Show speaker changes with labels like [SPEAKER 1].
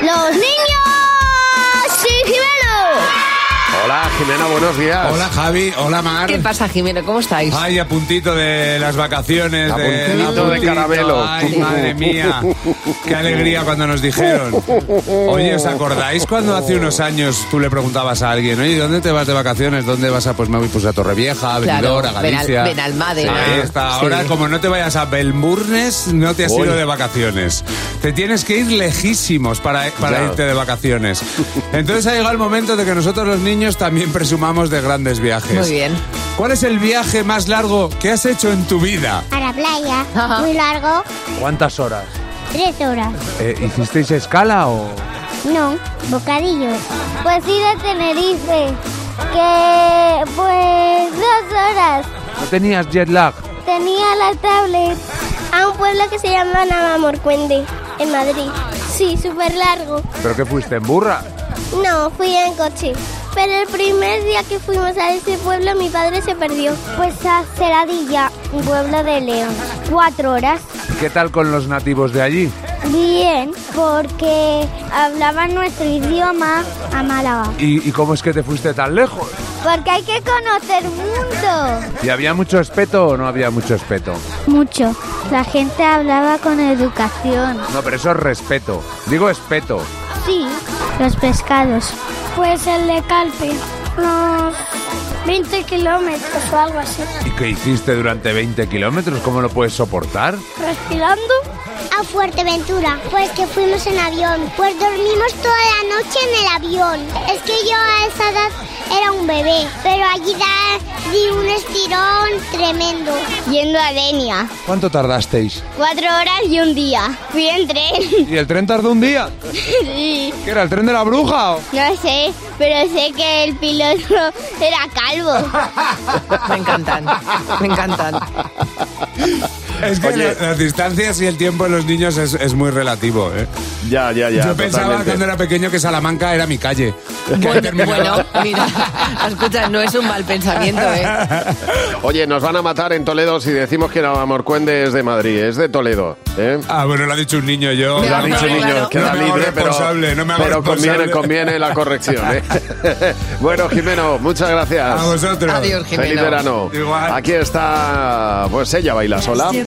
[SPEAKER 1] Los niños y Jimeno.
[SPEAKER 2] Hola, Jimena, buenos días.
[SPEAKER 3] Hola Javi, hola Mar.
[SPEAKER 4] ¿Qué pasa, Jimeno? ¿Cómo estáis?
[SPEAKER 3] Ay, a puntito de las vacaciones.
[SPEAKER 2] A
[SPEAKER 3] de,
[SPEAKER 2] puntito de caramelo.
[SPEAKER 3] Ay, madre mía. Qué alegría cuando nos dijeron. Oye, ¿os acordáis cuando hace unos años tú le preguntabas a alguien, oye, ¿dónde te vas de vacaciones? ¿Dónde vas a? Pues me voy pues, a Torrevieja, a
[SPEAKER 4] Claro,
[SPEAKER 3] Benidorm, a
[SPEAKER 4] Benal-
[SPEAKER 3] Galicia.
[SPEAKER 4] Benalmádena.
[SPEAKER 2] Ah,
[SPEAKER 3] Ahí está. Ahora,
[SPEAKER 4] Sí.
[SPEAKER 3] como no te vayas a Belmurnes, no te has
[SPEAKER 2] Uy.
[SPEAKER 3] ido de vacaciones. Te tienes que ir lejísimos para, eh, para
[SPEAKER 2] Ya.
[SPEAKER 3] irte de vacaciones. Entonces ha llegado el momento de que nosotros los niños también presumamos de grandes viajes.
[SPEAKER 4] Muy bien.
[SPEAKER 3] ¿Cuál es el viaje más largo que has hecho en tu vida?
[SPEAKER 1] A la playa,
[SPEAKER 4] Ajá.
[SPEAKER 1] muy largo,
[SPEAKER 5] ¿Cuántas horas?
[SPEAKER 1] tres horas.
[SPEAKER 5] Eh, ¿Hicisteis escala o...?
[SPEAKER 1] No, bocadillos. Pues ir a Tenerife, que pues dos horas.
[SPEAKER 5] ¿No tenías jet lag?
[SPEAKER 1] Tenía la tablet a un pueblo que se llama Navamorcuende, en Madrid. Sí, súper largo.
[SPEAKER 5] ¿Pero qué fuiste, en burra?
[SPEAKER 1] No, fui en coche. Pero el primer día que fuimos a ese pueblo, mi padre se perdió. Pues a Ceradilla, pueblo de León. Cuatro horas.
[SPEAKER 5] ¿Y qué tal con los nativos de allí?
[SPEAKER 1] Bien, porque hablaban nuestro idioma a Málaga.
[SPEAKER 5] ¿Y, y cómo es que te fuiste tan lejos?
[SPEAKER 1] Porque hay que conocer mundo.
[SPEAKER 5] ¿Y había mucho espeto o no había mucho espeto?
[SPEAKER 1] Mucho. La gente hablaba con educación.
[SPEAKER 5] No, pero eso es respeto. Digo espeto.
[SPEAKER 1] Sí. Los pescados. Pues el de Calpe. Unos 20 kilómetros o algo así.
[SPEAKER 5] ¿Y qué hiciste durante 20 kilómetros? ¿Cómo lo puedes soportar?
[SPEAKER 1] Respirando. A Fuerteventura. Pues que fuimos en avión. Pues dormimos toda la noche en el avión. Es que yo a esa edad era un bebé. Pero allí da, di un estirón tremendo. Yendo a Denia.
[SPEAKER 3] ¿Cuánto tardasteis?
[SPEAKER 1] Cuatro horas y un día. Fui en tren.
[SPEAKER 3] ¿Y el tren tardó un día?
[SPEAKER 1] sí.
[SPEAKER 3] ¿Qué era, el tren de la bruja?
[SPEAKER 1] No sé, pero sé que el piloto era calvo.
[SPEAKER 4] Me encantan. Me encantan.
[SPEAKER 3] Es que la- las distancias y el tiempo en los niños es, es muy relativo, ¿eh?
[SPEAKER 2] Ya, ya, ya.
[SPEAKER 3] Yo pensaba
[SPEAKER 2] totalmente.
[SPEAKER 3] cuando era pequeño que Salamanca era mi calle. Que he
[SPEAKER 4] Bueno,
[SPEAKER 3] terminado-
[SPEAKER 4] bueno, mira, escucha, no es un mal pensamiento, ¿eh?
[SPEAKER 2] Oye, nos van a matar en Toledo si decimos que Navamorcuende es de Madrid, es de Toledo. ¿eh?
[SPEAKER 3] Ah, bueno, lo ha dicho un niño yo.
[SPEAKER 4] Me
[SPEAKER 2] Lo ha
[SPEAKER 4] No,
[SPEAKER 2] dicho
[SPEAKER 4] no,
[SPEAKER 2] niño,
[SPEAKER 4] claro.
[SPEAKER 2] queda
[SPEAKER 3] No me hago
[SPEAKER 2] libre, pero,
[SPEAKER 3] responsable, no me hago
[SPEAKER 2] pero conviene,
[SPEAKER 3] responsable.
[SPEAKER 2] conviene la corrección. ¿eh? bueno, Jimeno, muchas gracias.
[SPEAKER 3] A vosotros.
[SPEAKER 4] Adiós, Jimeno.
[SPEAKER 2] Feliz verano.
[SPEAKER 3] Igual.
[SPEAKER 2] Aquí está, pues ella baila sola.